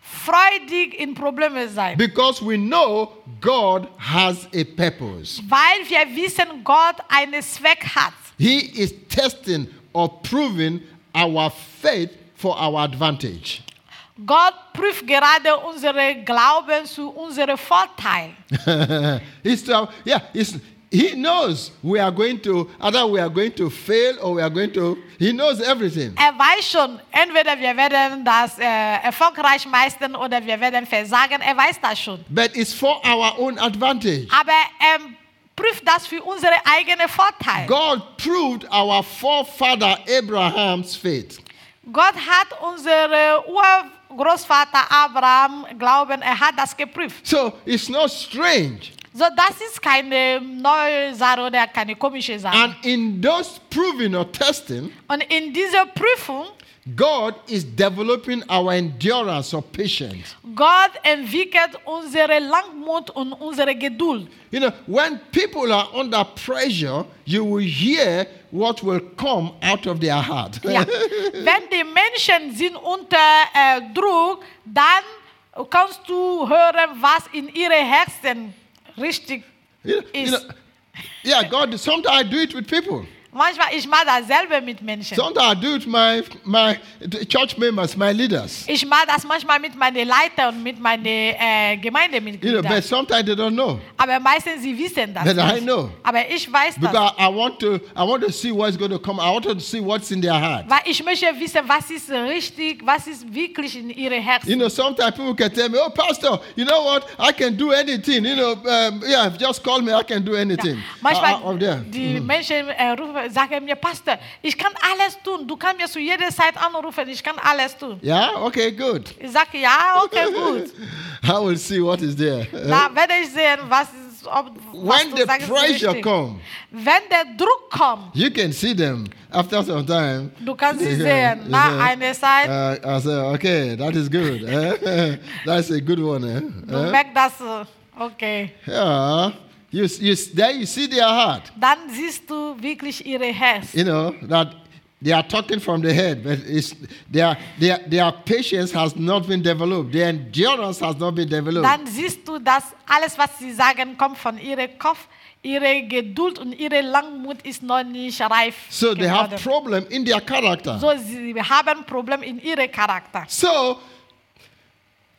Speaker 2: freudig in Probleme sein?
Speaker 1: Because we know God has a purpose.
Speaker 2: Weil wir wissen, Gott einen Zweck hat.
Speaker 1: He is testing or proving our faith for our advantage.
Speaker 2: Gott prüft gerade unsere Glauben zu unserem Vorteil.
Speaker 1: It's to, yeah, it's, he knows we are going to either we are going to fail or we are going to. He knows everything.
Speaker 2: Er weiß schon, entweder wir werden das äh, erfolgreich meistern oder wir werden versagen. Er weiß das schon.
Speaker 1: But it's for our own advantage.
Speaker 2: Aber er prüft das für unsere eigene Vorteil.
Speaker 1: God proved our forefather Abraham's faith.
Speaker 2: Gott hat unsere Urgroßvater Abraham glauben, er hat das geprüft.
Speaker 1: So it's not strange.
Speaker 2: So, das ist keine neue Sache oder keine komische Sache.
Speaker 1: And in those proving or testing,
Speaker 2: Und in dieser Prüfung,
Speaker 1: God is developing our endurance or patience.
Speaker 2: Gott entwickelt unsere Langmut und unsere Geduld.
Speaker 1: You know, when people are under pressure, you will hear what will come out of their heart.
Speaker 2: Ja. Wenn die Menschen sind unter äh, Druck, dann kannst du hören, was in ihre Herzen richtig
Speaker 1: You know, you
Speaker 2: ist.
Speaker 1: know, yeah, God. Sometimes I do it with people.
Speaker 2: Manchmal, ich mache dasselbe mit Menschen.
Speaker 1: Sometimes I do it with my my church members, my leaders.
Speaker 2: Ich mache das manchmal mit meinen Leitern und mit meinen äh,
Speaker 1: You know,
Speaker 2: Gemeindemitgliedern.
Speaker 1: but sometimes they don't know.
Speaker 2: Aber meistens sie wissen das.
Speaker 1: But I
Speaker 2: nicht.
Speaker 1: know.
Speaker 2: Aber ich weiß das.
Speaker 1: Because I want to, I want to see what's going to come. I want to see what's in their heart.
Speaker 2: Weil ich möchte wissen, was ist richtig, was ist wirklich in ihrem Herzen.
Speaker 1: You know, sometimes people can tell me, "Oh, pastor, you know what? I can do anything. You know, um, yeah, just call me. I can do anything."
Speaker 2: Manchmal
Speaker 1: Out of there.
Speaker 2: die Menschen äh, rufen, sagen mir, Pastor, ich kann alles tun. Du kannst mir zu jeder Zeit anrufen, ich kann alles tun.
Speaker 1: Yeah. Okay. Good.
Speaker 2: Ich sage, ja, okay, gut.
Speaker 1: I will see what is there.
Speaker 2: Da werde ich sehen, was ist, ob was
Speaker 1: When
Speaker 2: du
Speaker 1: the
Speaker 2: sagst, ist
Speaker 1: pressure
Speaker 2: richtig.
Speaker 1: comes,
Speaker 2: Wenn der Druck kommt,
Speaker 1: you can see them after some time.
Speaker 2: du kannst sie
Speaker 1: Yeah,
Speaker 2: sehen. Nach
Speaker 1: yeah.
Speaker 2: einer Zeit,
Speaker 1: Uh, I said, okay, that is good. eh? That's a good one. eh?
Speaker 2: du
Speaker 1: Eh?
Speaker 2: merkst das, äh, okay.
Speaker 1: Yeah. You, s- you, s- there you see their heart.
Speaker 2: Dann siehst du wirklich ihre Herz.
Speaker 1: You know, that they are talking from the head, but it's, their, their, their patience has not been developed. Their endurance has not been developed.
Speaker 2: Dann siehst du, dass alles, was sie sagen, kommt von ihrem Kopf. Ihre Geduld und ihre Langmut ist noch nicht reif
Speaker 1: so they
Speaker 2: geworden.
Speaker 1: have problem in their character.
Speaker 2: so sie haben Probleme in ihrem Charakter.
Speaker 1: so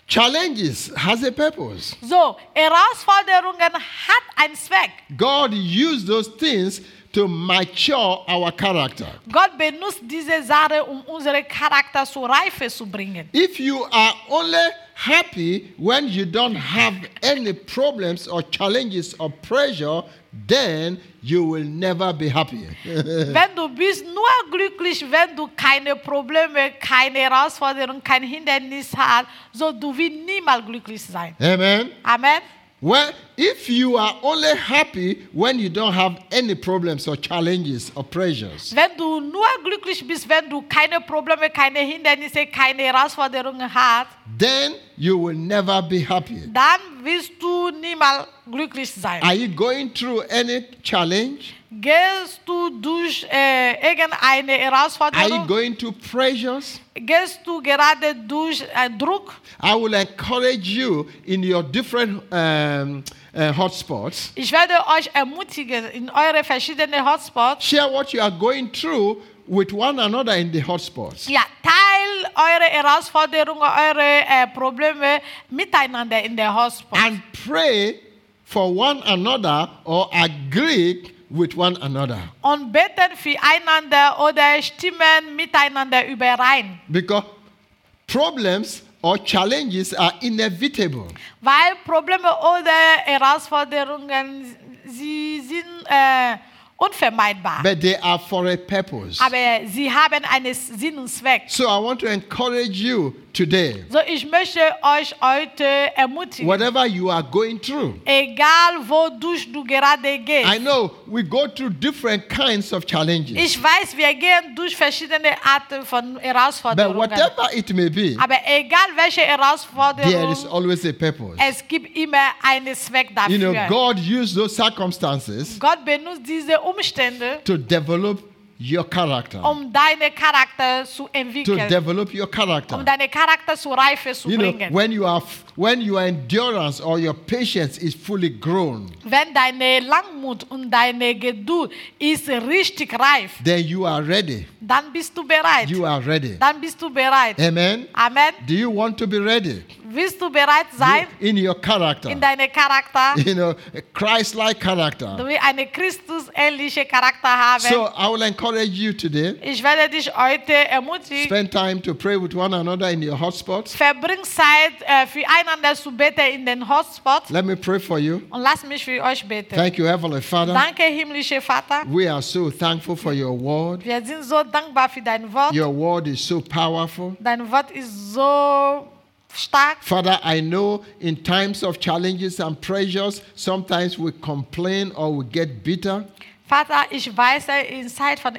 Speaker 1: challenges has a purpose.
Speaker 2: So, Herausforderungen hat einen Zweck.
Speaker 1: God used those things to mature our character.
Speaker 2: Gott benutzt diese Sache, um unseren Charakter zur Reife zu bringen.
Speaker 1: If you are only happy when you don't have any problems or challenges or pressure, then you will never be happy.
Speaker 2: Wenn du bist nur glücklich, wenn du keine Probleme, keine Herausforderung, kein Hindernis hast, so du wirst niemals glücklich sein.
Speaker 1: Amen.
Speaker 2: Amen.
Speaker 1: Well, if you are only happy when you don't have any problems or challenges or pressures,
Speaker 2: Wenn du nur glücklich bist, wenn du keine Probleme, keine Hindernisse, keine Herausforderungen hast,
Speaker 1: then you will never be happy.
Speaker 2: dann wirst du niemals glücklich sein.
Speaker 1: Are you going through any challenge?
Speaker 2: Gehst du durch äh, irgendeine
Speaker 1: Are you
Speaker 2: Herausforderung?
Speaker 1: going through pressures?
Speaker 2: Gehst du gerade durch äh, Druck?
Speaker 1: I will encourage you in your different um, uh, hotspots.
Speaker 2: Ich werde euch ermutigen, in eure verschiedenen Hotspots,
Speaker 1: Share what you are going through with one another in the hotspots.
Speaker 2: ja, teil eure Herausforderungen, eure äh, Probleme miteinander in der Hotspot.
Speaker 1: And pray for one another or agree with one another.
Speaker 2: und beten füreinander oder stimmen miteinander überein.
Speaker 1: Because problems or challenges are inevitable.
Speaker 2: Weil Probleme oder Herausforderungen, sie sind äh, unvermeidbar.
Speaker 1: But they are for a purpose.
Speaker 2: Aber sie haben einen Sinn und Zweck.
Speaker 1: So I want to encourage you today.
Speaker 2: So, ich möchte euch heute ermutigen,
Speaker 1: Whatever you are going through,
Speaker 2: egal wodurch du gerade
Speaker 1: I
Speaker 2: gehst.
Speaker 1: know we go through different kinds of challenges.
Speaker 2: Ich weiß, wir gehen durch verschiedene Arten von
Speaker 1: But
Speaker 2: Herausforderungen.
Speaker 1: whatever it may be,
Speaker 2: Aber egal welche
Speaker 1: there is
Speaker 2: Herausforderung,
Speaker 1: always a purpose.
Speaker 2: es gibt immer einen Zweck dafür.
Speaker 1: You know, God used those circumstances
Speaker 2: Gott benutzt diese Umstände,
Speaker 1: to develop your character,
Speaker 2: um deinen Charakter zu
Speaker 1: to
Speaker 2: entwickeln,
Speaker 1: develop your
Speaker 2: um
Speaker 1: character.
Speaker 2: deinen Charakter zur Reife zu
Speaker 1: You know,
Speaker 2: bringen.
Speaker 1: when you are when your endurance or your patience is fully grown,
Speaker 2: Wenn deine Langmut und deine Geduld ist richtig reif,
Speaker 1: then you are ready.
Speaker 2: dann bist du bereit.
Speaker 1: You are ready.
Speaker 2: Dann bist du bereit.
Speaker 1: Amen.
Speaker 2: Amen.
Speaker 1: Do you want to be ready
Speaker 2: Willst du bereit sein
Speaker 1: You- in your character?
Speaker 2: in deinem Charakter?
Speaker 1: You know, a Christ-like
Speaker 2: Du
Speaker 1: character.
Speaker 2: willst einen Christus-ähnlichen Charakter haben.
Speaker 1: So I will encourage you today.
Speaker 2: ich werde dich heute ermutigen,
Speaker 1: Spend time to pray with one another in your hotspots.
Speaker 2: verbring Zeit äh, füreinander zu beten in den Hotspot
Speaker 1: Let me pray for you.
Speaker 2: und lass mich für euch beten.
Speaker 1: Thank you, Heavenly Father.
Speaker 2: Danke, himmlischer Vater.
Speaker 1: We are so thankful for your word.
Speaker 2: Wir sind so dankbar für dein Wort.
Speaker 1: Your word is so powerful.
Speaker 2: Dein Wort ist so stark.
Speaker 1: Father, I know in times of challenges and pressures, sometimes we complain or we get bitter.
Speaker 2: Vater, ich weiß, äh, in Zeit von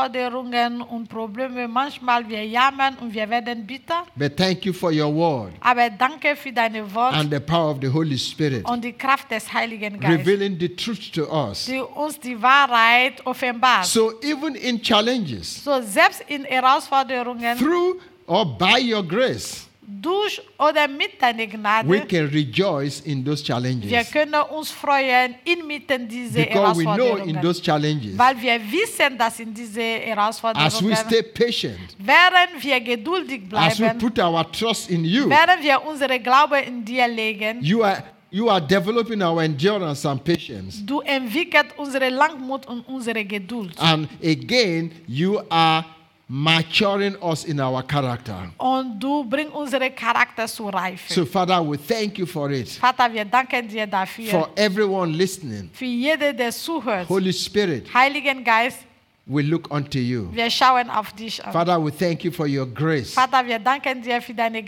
Speaker 2: Herausforderungen und Problemen, manchmal wir jammern und wir werden bitter.
Speaker 1: But thank you for your word
Speaker 2: Aber danke für dein Wort
Speaker 1: and the power of the Holy Spirit,
Speaker 2: und die Kraft des Heiligen Geistes,
Speaker 1: revealing the truth to us.
Speaker 2: die uns die Wahrheit offenbart.
Speaker 1: So even in challenges,
Speaker 2: So selbst in Herausforderungen,
Speaker 1: through or by your grace,
Speaker 2: durch oder mit deiner
Speaker 1: we
Speaker 2: Gnade,
Speaker 1: can rejoice in those
Speaker 2: wir
Speaker 1: challenges.
Speaker 2: können uns freuen inmitten dieser
Speaker 1: Because we know in
Speaker 2: Herausforderungen.
Speaker 1: those challenges,
Speaker 2: Weil wir wissen, dass in diese
Speaker 1: as we
Speaker 2: Herausforderungen,
Speaker 1: stay patient,
Speaker 2: während wir geduldig
Speaker 1: as we
Speaker 2: bleiben,
Speaker 1: put our trust in you,
Speaker 2: während wir unsere Glaube in dir legen,
Speaker 1: you are, you are developing our endurance and patience.
Speaker 2: du entwickelst unsere Langmut und unsere Geduld.
Speaker 1: And again, you are maturing us in our character.
Speaker 2: Und du bringst unsere Charakter zur Reife.
Speaker 1: So, Father, we thank you for it.
Speaker 2: Vater, wir danken dir dafür.
Speaker 1: For everyone listening,
Speaker 2: Für jeden, der zuhört.
Speaker 1: Holy Spirit,
Speaker 2: Heiligen Geist,
Speaker 1: we look unto you.
Speaker 2: wir schauen auf dich an.
Speaker 1: Father, we thank you for your grace
Speaker 2: Vater, wir danken dir für deine
Speaker 1: for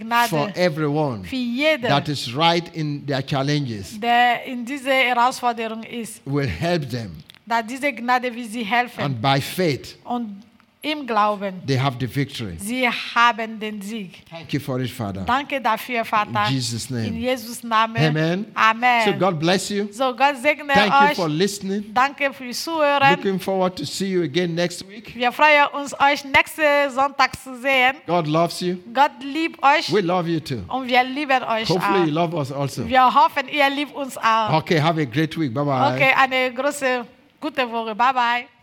Speaker 2: Gnade.
Speaker 1: everyone
Speaker 2: Für jeden,
Speaker 1: that is right in their challenges.
Speaker 2: der in dieser Herausforderung ist.
Speaker 1: Will help them,
Speaker 2: Dass diese Gnade, wie sie helfen
Speaker 1: and by faith,
Speaker 2: und im Glauben.
Speaker 1: they have the victory.
Speaker 2: Sie haben den Sieg.
Speaker 1: Thank you for it, Father.
Speaker 2: Danke dafür, Vater.
Speaker 1: In Jesus' name.
Speaker 2: In Jesus' Namen.
Speaker 1: Amen.
Speaker 2: Amen.
Speaker 1: So, God bless you.
Speaker 2: so Gott segne
Speaker 1: Thank you
Speaker 2: euch.
Speaker 1: for listening.
Speaker 2: Danke fürs Zuhören.
Speaker 1: Looking forward to see you again next week.
Speaker 2: Wir freuen uns, euch nächsten Sonntag zu sehen.
Speaker 1: God loves you.
Speaker 2: Gott liebt euch
Speaker 1: We love you too.
Speaker 2: und wir lieben euch
Speaker 1: Hopefully, you
Speaker 2: auch.
Speaker 1: love us also.
Speaker 2: Wir hoffen, ihr liebt uns auch.
Speaker 1: Okay, have a great week. Bye bye.
Speaker 2: Okay, eine große, gute Woche. Bye, bye.